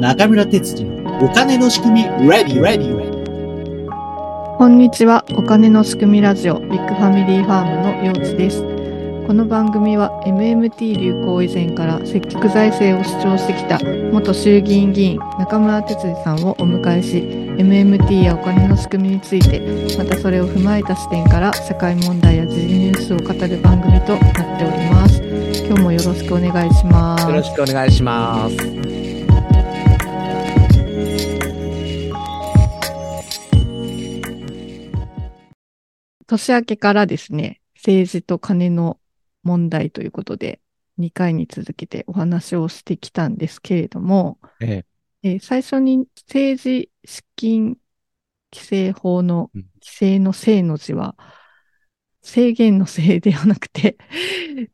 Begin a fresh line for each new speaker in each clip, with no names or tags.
中村哲次のお金の仕組み、ready, ready, ready。
こんにちは。お金の仕組みラジオビッグファミリーファームのようちです。この番組は MMT 流行以前から積極財政を主張してきた元衆議院議員中村哲司さんをお迎えし、MMT やお金の仕組みについて、またそれを踏まえた視点から社会問題や時事ニュースを語る番組となっております。今日もよろしくお願いします。
よろしくお願いします。
年明けからですね、政治と金の問題ということで、2回に続けてお話をしてきたんですけれども、
え
えー最初に政治資金規正法の
うん
規制の正の字は、制限の正ではなくて、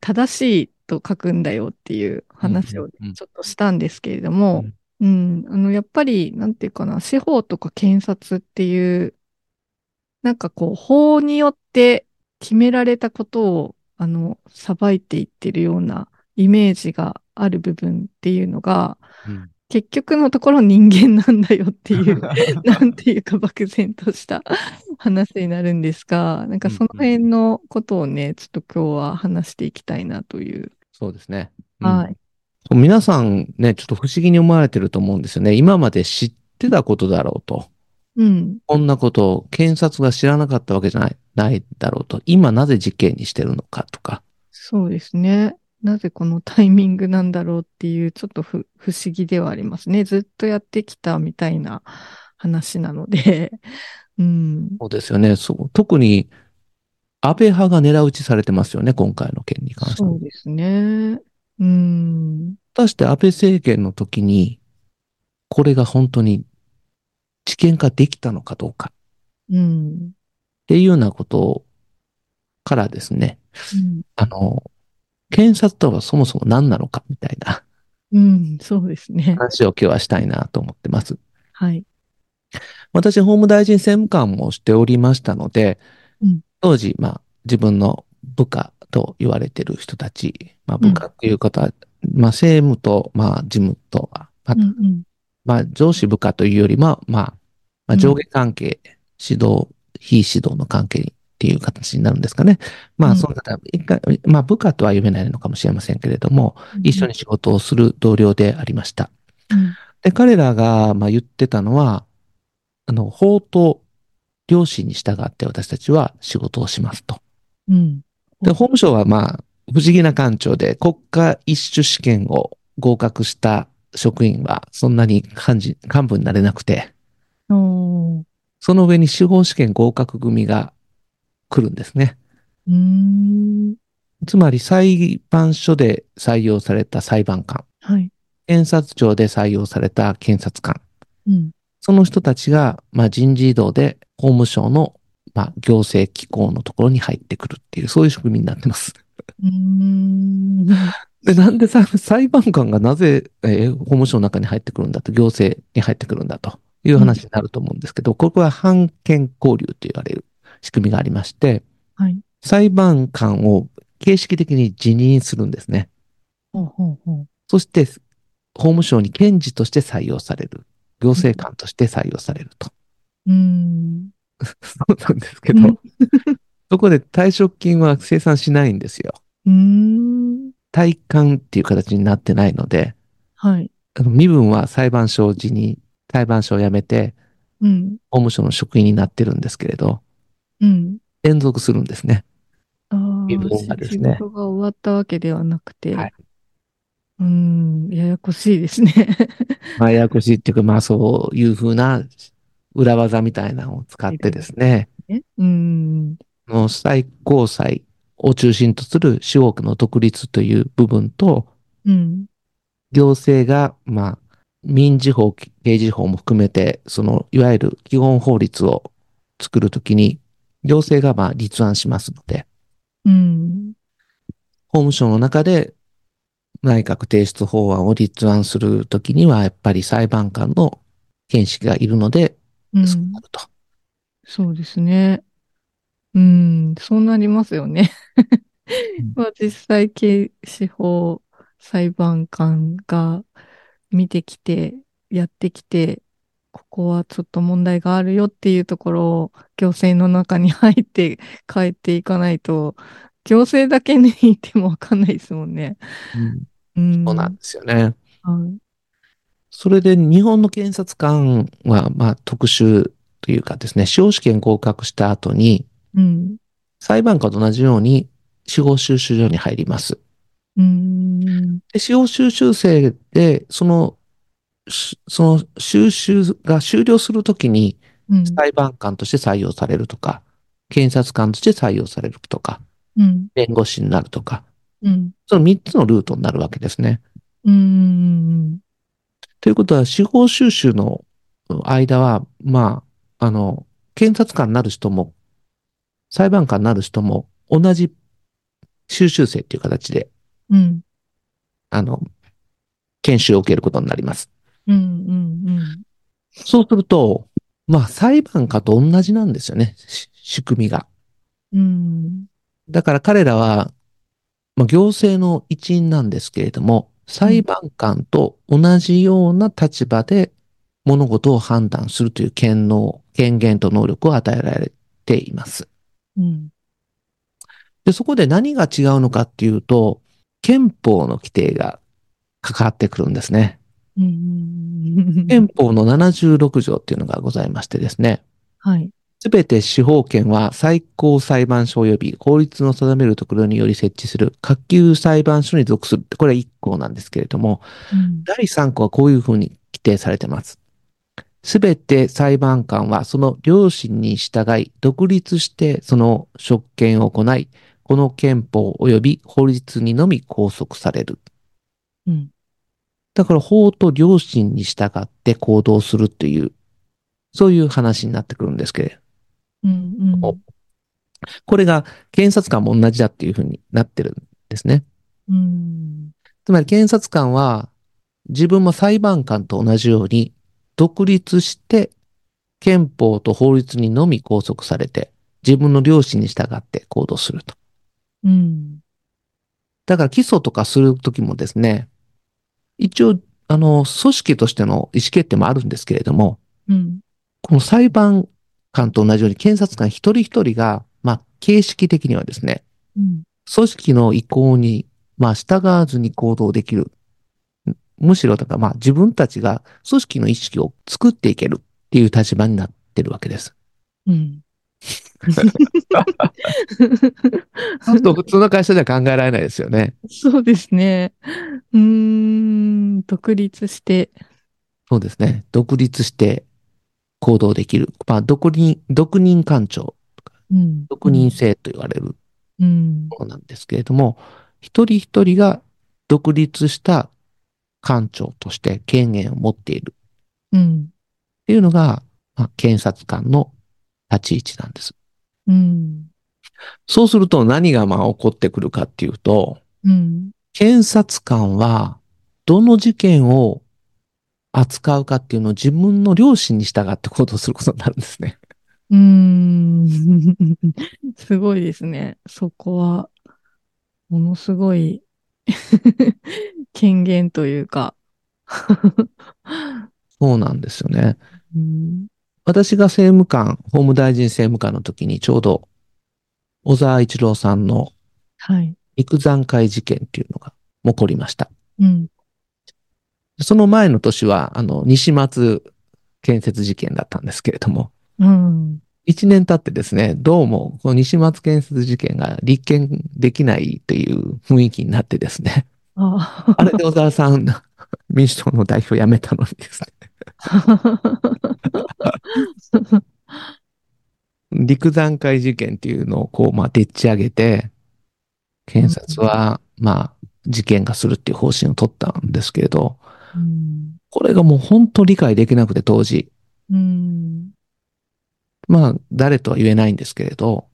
正しいと書くんだよっていう話
う
を
んうん
ちょっとしたんですけれども、うん、あの、やっぱり、なんていうかな、司法とか検察っていう、なんかこう、法によって決められたことを、あの、裁いていってるようなイメージがある部分っていうのが、
うん
結局のところ人間なんだよって いう、なんていうか漠然とした話になるんですが、なんかその辺のことをね、ちょっと今日は話していきたいなという。
そうですね。うん
はい。
そう皆さんね、ちょっと不思議に思われてると思うんですよね。今まで知ってたことだろうと。
うん。
こんなことを検察が知らなかったわけじゃない、ないだろうと。今なぜ事件にしてるのかとか。
そうですね。なぜこのタイミングなんだろうっていう、ちょっとふ、不思議ではありますね。ずっとやってきたみたいな話なので。 うん。
そうですよね。そう特に安倍派が狙う打ちされてますよね。今回の件に関しては。
そうですね。うん。
果たして安倍政権の時に、これが本当に知見化できたのかどうか。
うん。
っていうようなことからですね、
うん
あの、検察とはそもそも何なのかみたいな
うん。そうですね。
話を今日はしたいなと思ってます。
はい。
私、法務大臣政務官もしておりましたので
うん、
当時、まあ、自分の部下と言われてる人たち、まあ、部下っていう方は、まあ、政務と、まあ、事務とは、まあ
うんうん。
まあ、上司部下というよりは、まあ、ま
う
あ、
ん
上下関係、指導、非指導の関係っていう形になるんですかね。ま
うん
あ、その方、一回、まあ、部下とは呼べないのかもしれませんけれども、一緒
に。
に仕事をする同僚でありました。
うん
で、彼らが、まあ、言ってたのは、あの、法と良心に従って私たちは仕事をしますと。
うん。
で、法務省はまあ、不思議な官庁で国家一種試験を合格した職員はそんなに幹事幹部になれなくて、
おー
その上に司法試験合格組が来るんですね。
うーん。
つまり裁判所で採用された裁判官、
はい。
検察庁で採用された検察官、
うん。
その人たちが、まあ、人事異動で法務省の、まあ、行政機構のところに入ってくるっていう、そういう仕組みになってます。
うーん。
で、なんでさ裁判官がなぜ、えー法務省の中に入ってくるんだと、行政に入ってくるんだという話になると思うんですけど、ここは判権交流と言われる仕組みがありまして、
はい。
裁判官を形式的に辞任するんですね。
ほうほうほう。
そして、法務省に検事として採用される。行政官として採用されると。
うーん。
そうなんですけ
うん
ど、そこで退職金は生産しないんですよ。
うーん。
退官っていう形になってないので、
はい。
あの身分は裁判所を辞任、裁判所を辞めて、
うん。
法務省の職員になってるんですけれど、
うん。
連続するんですね。
ああ、
いう部分がですね
仕事が終わったわけではなくて、
はいう
ーん、ややこしいですね。
まあ、ややこしいっていうか、まあ、そういうふうな裏技みたいなのを使ってですね、
うーん、
もう最高裁を中心とする主国の独立という部分と、
うん、
行政が、まあ、民事法、刑事法も含めて、その、いわゆる基本法律を作るときに、行政が、まあ、立案しますので、
うん、
法務省の中で内閣提出法案を立案するときには、やっぱり裁判官の見識がいるので、
うん、
そうなると。
そうですね。うん、そうなりますよね
うん。
まあ実際、刑司法裁判官が見てきて、やってきて、ここはちょっと問題があるよっていうところを行政の中に入って変えていかないと、行政だけにいてもわかんないですもんね。うん。
そうなんですよね。
はい
それで日本の検察官は、まあ特殊というかですね、司法試験合格した後に、
うん。
裁判官と同じように司法修習所に入ります。
うん。
で、司法修習生で、その、しその修習が終了するときに
うん。
裁判官として採用されるとか、検察官として採用されるとか、
うん。
弁護士になるとか、
うん。
その3つのルートになるわけですね。
うん。
ということは、司法修習の間は、まあ、あの、検察官になる人も、裁判官になる人も、同じ修習生っていう形で、
うん。
あの、研修を受けることになります。
うん。うん。
そうすると、まあ、裁判官と同じなんですよね、し仕組みが。
うん。
だから彼らは、まあ、行政の一員なんですけれども、裁判官と同じような立場で物事を判断するという権能、権限と能力を与えられています。
うん。
で、そこで何が違うのかっていうと、憲法の規定が関わってくるんですね。
うん。
憲法の76条っていうのがございましてですね。
はい。
すべて司法権は最高裁判所及び法律の定めるところにより設置する下級裁判所に属する。これは1項なんですけれども、
うん。
第3項はこういうふうに規定されてます。すべて裁判官はその良心に従い、独立してその職権を行い、この憲法及び法律にのみ拘束される。
うん。
だから法と良心に従って行動するという、そういう話になってくるんですけれども
うん。
これが検察官も同じだっていうふうになってるんですね。
うん。
つまり検察官は自分も裁判官と同じように独立して憲法と法律にのみ拘束されて自分の良心に従って行動すると。
うん。
だから起訴とかするときもですね、一応、あの、組織としての意思決定もあるんですけれども、
うん。
この裁判官と同じように検察官一人一人が、まあ、形式的にはですね、
うん。
組織の意向に、まあ、従わずに行動できる。むむしろ、だから、まあ、自分たちが組織の意識を作っていけるっていう立場になってるわけです。
うん。
そうすると、普通の会社では考えられないですよね。
そうですね。うーん、独立して。
そうですね。独立して行動できる。まあ、独任、独任官庁、
うん。
独任制と言われる
うん。
ものなんですけれども、一人一人が独立した官庁として権限を持っている。
う
っ
ん。
ていうのが、まあ、検察官の立ち位置なんです。
うん。
そうすると何がまあ起こってくるかっていうと、
うん。
検察官はどの事件を扱うかっていうのを自分の良心に従って行動することになるんですね。
うん。 すごいですね。そこは、ものすごい権限というか。
そうなんですよね。
うん。
私が政務官、法務大臣政務官の時にちょうど小沢一郎さんの
はい。
陸山会事件っていうのが起こりました。
うん。
その前の年は、あの、西松建設事件だったんですけれども、
うん。
一年経ってですね、どうも、この西松建設事件が立件できないという雰囲気になってですね、
あ
あれで小沢さん、民主党の代表辞めたのにですね、陸山会事件っていうのをこう、まあ、でっち上げて、検察は、まあ、事件化するっていう方針を取ったんですけれど、
うん。
これがもう本当理解できなくて当時、
うん。
まあ、誰とは言えないんですけれど、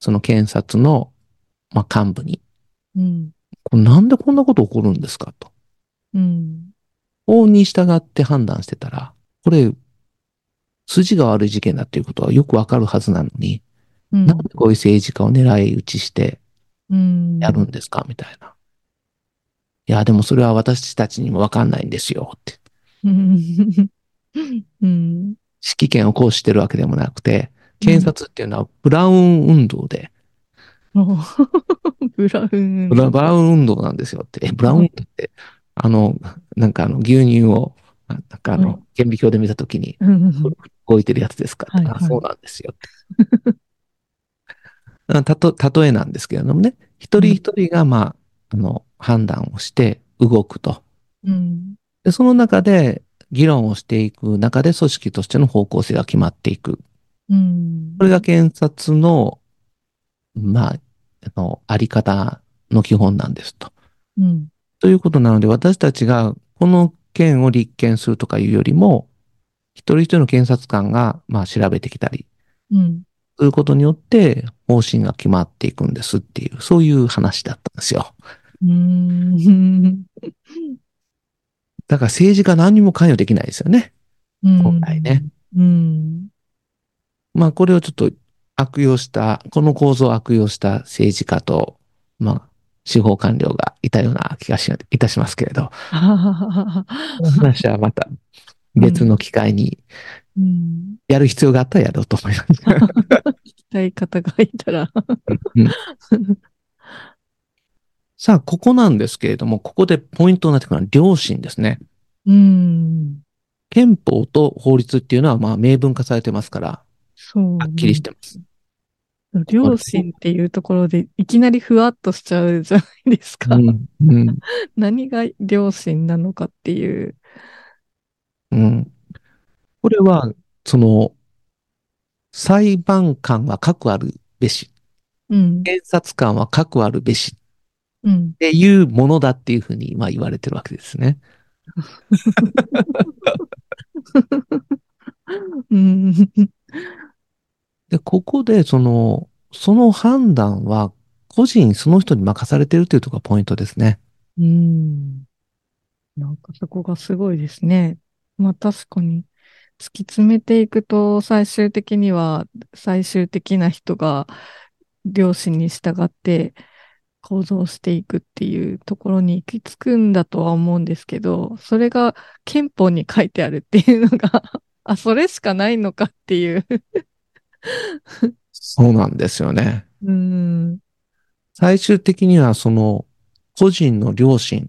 その検察の、まあ、幹部に、
うん。
これなんでこんなこと起こるんですかと。
うん。
法に従って判断してたら、これ、筋が悪い事件だっていうことはよくわかるはずなのに、
うん
なんでこういう政治家を狙い撃ちして
うん。
やるんですかみたいな。いや、でもそれは私たちにもわかんないんですよって。
うんうん。
指揮権を行使してるわけでもなくて、検察っていうのはブラウン運動で、
お ブラウン。
ブラブラウン運動なんですよって。え、ブラウン運動って、あの、なんかあの、牛乳を、あなんかあ
う
の、顕微鏡で見たときに
うん
動いてるやつですか、
はいはい
あそうなんですよ って。あたと、例えなんですけれどもね、一人一人が、まあ、あの、判断をして動くと。
うん。
で、その中で、議論をしていく中で組織としての方向性が決まっていく。
うん
こ。れが検察の、まあ、あの、あり方の基本なんですと。
うん。
ということなので、私たちがこの件を立件するとかいうよりも、一人一人の検察官が、まあ、調べてきたり、
うん。
ということによって、方針が決まっていくんですっていう、そういう話だったんですよ。
うん。
だから政治家何にも関与できないですよね。今回ね。
うん。
まあ、これをちょっと悪用した、この構造を悪用した政治家と、まあ、司法官僚がいたような気がしいたしますけれ ど、
はははは
この話はまた別の機会に
うん。
やる必要があったらやろうと思い ます。
したい方がいたら。
うんさあ、ここなんですけれども、ここでポイントになってくるのは良心ですね。
うん。
憲法と法律っていうのは、まあ、明文化されてますから、
そう。
はっきりしてます。
両親っていうところで、いきなりふわっとしちゃうじゃないですか。
うん、うん、
何が両親なのかっていう。
うん。これは、その、裁判官は核あるべし、
うん。
検察官は核あるべしっ
うん。
ていうものだっていうふうに、まあ、言われてるわけですね。
うん。
で、ここで、その、その判断は、個人その人に任されてるというところがポイントですね。
うん。なんかそこがすごいですね。まあ確かに、突き詰めていくと最終的には最終的な人が良心に従って行動していくっていうところに行き着くんだとは思うんですけど、それが憲法に書いてあるっていうのが、 あ、それしかないのかっていう。
そうなんですよね。
うん。
最終的にはその個人の良心、
うん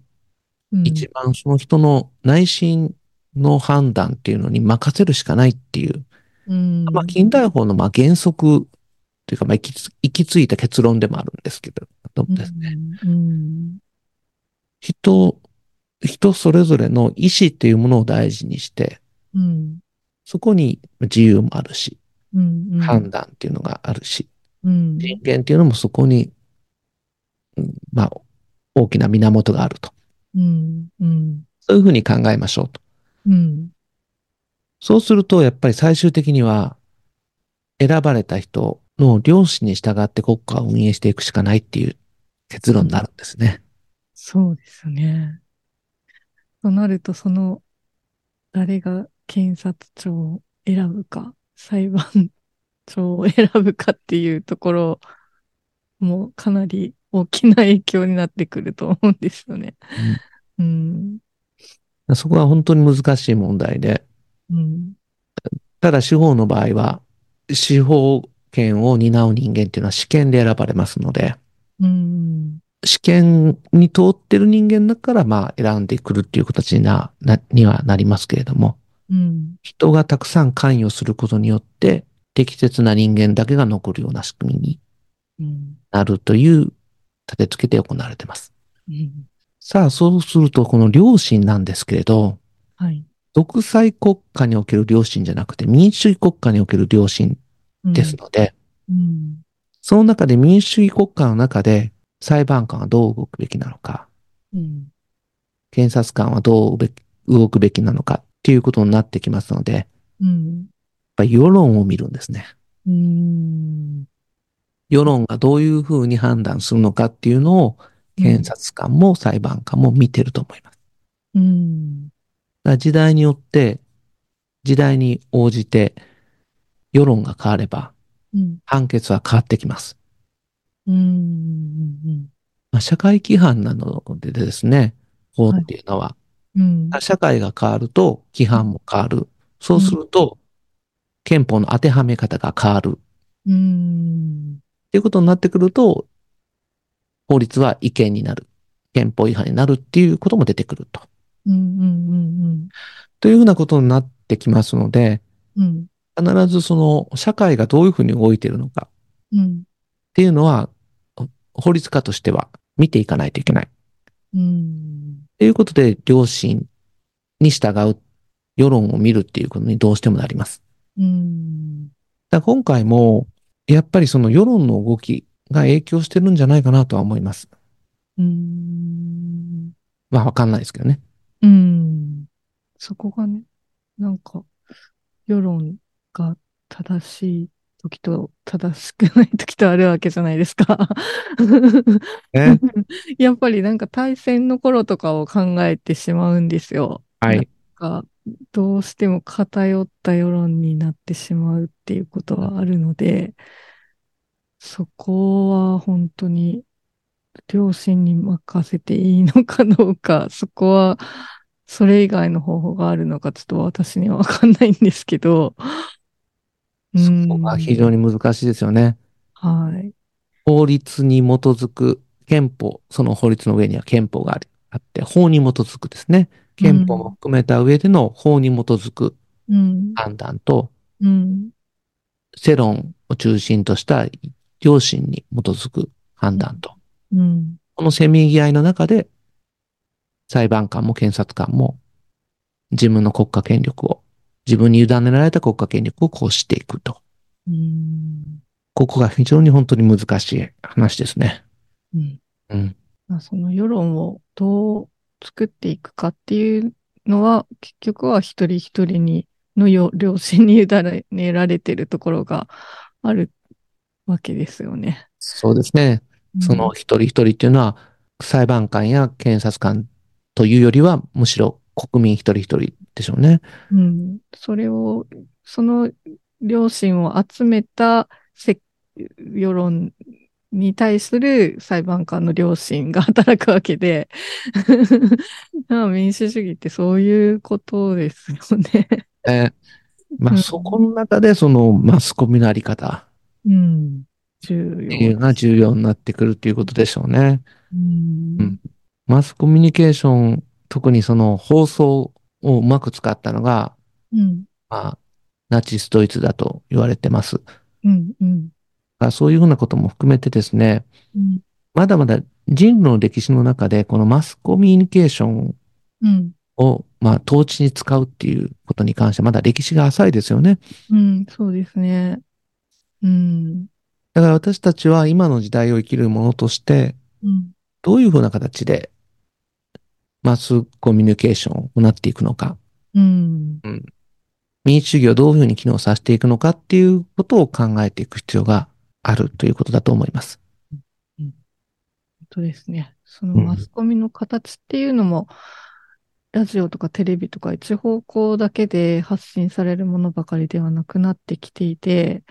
一番その人の内心の判断っていうのに任せるしかないっていう、
うん。
まあ近代法のまあ原則というかまあ行きつ行き着いた結論でもあるんですけど、ですね
うん。
人、人それぞれの意思っていうものを大事にして、
うん。
そこに自由もあるし、
うん。うん。
判断っていうのがあるし、
うん。
人間っていうのもそこに、うんまあ大きな源があると。
うん。うん。
そういうふうに考えましょうと。
うん。
そうすると、やっぱり最終的には、選ばれた人の良心に従って国家を運営していくしかないっていう結論になるんですね。
そうですね。となると、その、誰が検察庁を選ぶか、裁判長を選ぶかっていうところもかなり大きな影響になってくると思うんですよね。うん。
そこは本当に難しい問題で、
うん。
ただ司法の場合は、司法権を担う人間っていうのは試験で選ばれますので、
うん。
試験に通ってる人間だから、まあ選んでくるっていう形にな、なにはなりますけれども、
うん。
人がたくさん関与することによって、適切な人間だけが残るような仕組みに
うん。
なるという立て付けで行われています。
うん。
さあ、そうすると、この良心なんですけれど、
はい。
独裁国家における良心じゃなくて民主主義国家における良心
うん
です。ので、
うん。
その中で民主主義国家の中で裁判官はどう動くべきなのか、
うん。
検察官はどうべ動くべきなのかっていうことになってきますので、やっ
うん。
ぱり世論を見るんですね。
うん。
世論がどういうふうに判断するのかっていうのを検察官も裁判官も見てると思います。
うん。
だから時代によって、時代に応じて、世論が変われば、
うん。
判決は変わってきます。
うん。うん。
まあ、社会規範なのでですね、法っていうのは、
うん。
社会が変わると規範も変わる。そうすると、憲法の当てはめ方が変わる。っ
うん。
ていうことになってくると、法律は違憲になる。憲法違反になるっていうことも出てくると。
うん。うん。
というふうなことになってきますので、
うん。うん。
必ずその社会がどういうふうに動いているのかっ
うん。
ていうのは、法律家としては見ていかないといけない。
うん。
ということで、良心に従う、世論を見るっていうことにどうしてもなります。
うん。
だから今回も、やっぱりその世論の動きが影響してるんじゃないかなとは思います。
うん。
まあわかんないですけどね。
うん。そこがね、なんか、世論が正しい時と正しくない時とあるわけじゃないですか。
ね
やっぱりなんか対戦の頃とかを考えてしまうんですよ。
はい。
がどうしても偏った世論になってしまうっていうことはあるので、そこは本当に両親に任せていいのかどうか、そこはそれ以外の方法があるのかちょっと私にはわかんないんですけど、
そこが非常
に。
に難しいですよね。
はい。
法律に基づく憲法、その法律の上には憲法がありあって、法に基づくですね。憲法も含めた上での法に基づく
うん。
判断と、
うん。
世論を中心とした良心に基づく判断と。
うん。
このせめぎ合いの中で、裁判官も検察官も、自分の国家権力を、自分に委ねられた国家権力を行使していくと。
うん。
ここが非常に本当に難しい話ですね。
うん
うん。
まあ、その世論をどう作っていくかっていうのは、結局は一人一人に、のよ良心に委ねられてるところがあるわけですよね。
そうですね。その一人一人っていうのは、裁判官や検察官というよりは、むしろ国民一人一人でしょうね。
うん、うん。それを、その良心を集めたせ世論に対する裁判官の良心が働くわけで、 まあ民主主義ってそういうことですよね。
えま
う
あ、
ん
そこの中で、そのマスコミのあり方
うん。
っ
重
ていう
要。
のが重要になってくるということでしょうね。
うん
うんマスコミュニケーション、特にその放送をうまく使ったのが、
うん。
まあ、ナチスドイツだと言われてます。
うん。うん。
あそういうふうなことも含めてですね、
うん。
まだまだ人類の歴史の中で、このマスコミュニケーション
うん。
を、まあ、統治に使うっていうことに関して、まだ歴史が浅いですよね。
うん。そうですね。うん。
だから私たちは今の時代を生きるものとして、
うん。
どういうふうな形でマスコミュニケーションを行っていくのか、
うん。
民主主義をどういうふうに機能させていくのかっていうことを考えていく必要があるということだと思います。
本当ですね。その
うん
マスコミの形っていうのも、ラジオとかテレビとか一方向だけで発信されるものばかりではなくなってきていて、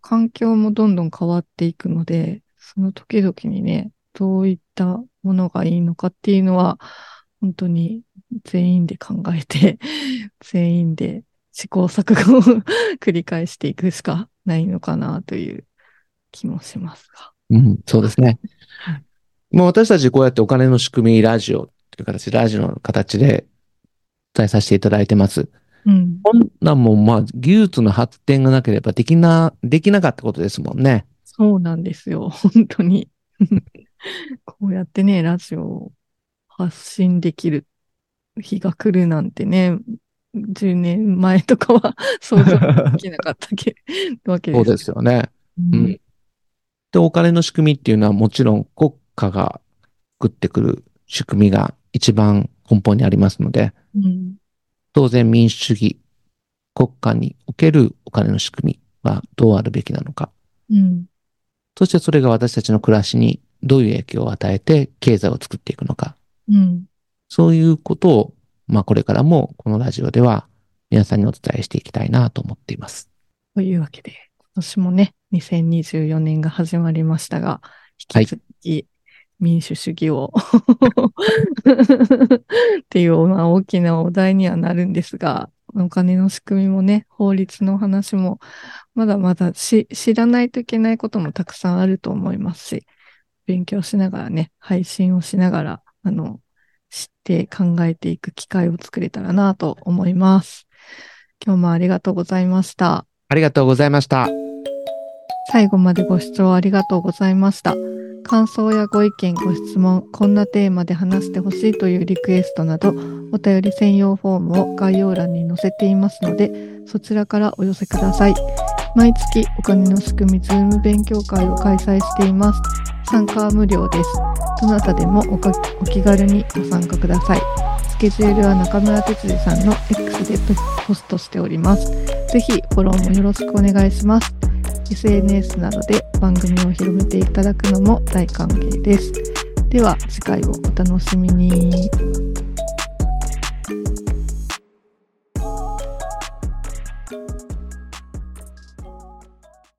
環境もどんどん変わっていくので、その時々にね、どういったものがいいのかっていうのは、本当に全員で考えて、 全員で試行錯誤を 繰り返していくしかないのかなという気もしますが。
うん、そうですね
はい。
もう私たちこうやってお金の仕組みラジオという形で、ラジオの形で伝えさせていただいてます。
うん。
こんなんもまあ技術の発展がなければできな、できなかったことですもんね。
そうなんですよ。本当に。 こうやってね、ラジオを発信できる日が来るなんてね、10年前とかは 想像できなかったけわけ
そう
です。
ですよね。
う
うんん。で、お金の仕組みっていうのはもちろん国家が作ってくる仕組みが一番根本にありますので、
うん。
当然民主主義、国家におけるお金の仕組みはどうあるべきなのか。
うん。
そしてそれが私たちの暮らしにどういう影響を与えて経済を作っていくのか。
うん。
そういうことを、まあこれからもこのラジオでは皆さんにお伝えしていきたいなと思っています。
というわけで、今年もね、2024年が始まりましたが、引き続き、民主主義を っていう、まあ、大きなお題にはなるんですが、お金の仕組みもね、法律の話も、まだまだし知らないといけないこともたくさんあると思いますし、勉強しながらね、配信をしながら、あの、知って考えていく機会を作れたらなと思います。今日もありがとうございました。
ありがとうございました。
最後までご視聴ありがとうございました。感想やご意見、ご質問、こんなテーマで話してほしいというリクエストなど、お便り専用フォームを概要欄に載せていますので、そちらからお寄せください。毎月お金の仕組みズーム勉強会を開催しています。参加は無料です。どなたでもおかお気軽にご参加ください。スケジュールは中村哲司さんの X でポストしております。ぜひフォローもよろしくお願いします。SNS などで番組を広めていただくのも大歓迎です。では次回をお楽しみに。